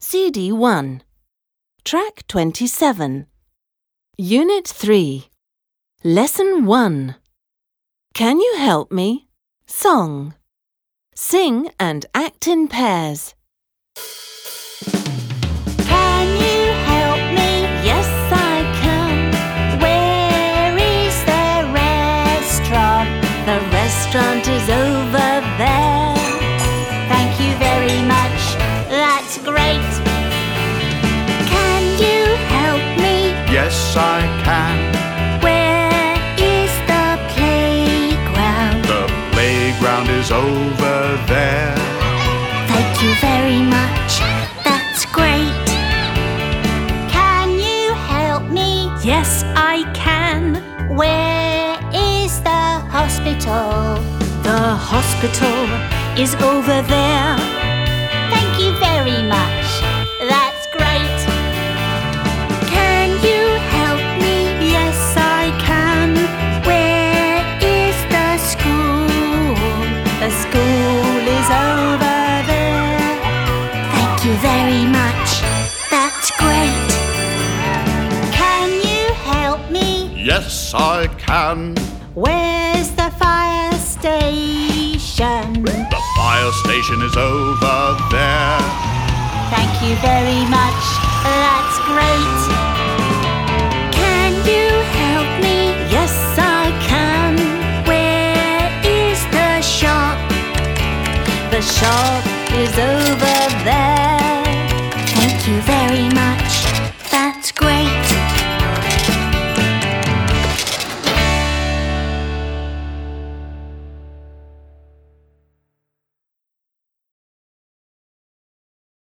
CD 1. Track 27. Unit 3. Lesson 1. Can you help me? Song. Sing and act in pairs. Can you help me? Yes, I can. Where is the restaurant? The restaurant is over there. Thank you very much. That's great. Can you help me? Yes, I can. Where is the playground? The playground is over there. Thank you very much. That's great. Can you help me? Yes, I can. Where is the hospital? The hospital is over there. Thank you very much. That's great. Can you help me? Yes, I can. Where is the school? The school is over there. Thank you very much. That's great. Can you help me? Yes, I can. Where's the fire station? The fire station is over there. Thank you very much. That's great. Can you help me? Yes, I can. Where is the shop? The shop is over there.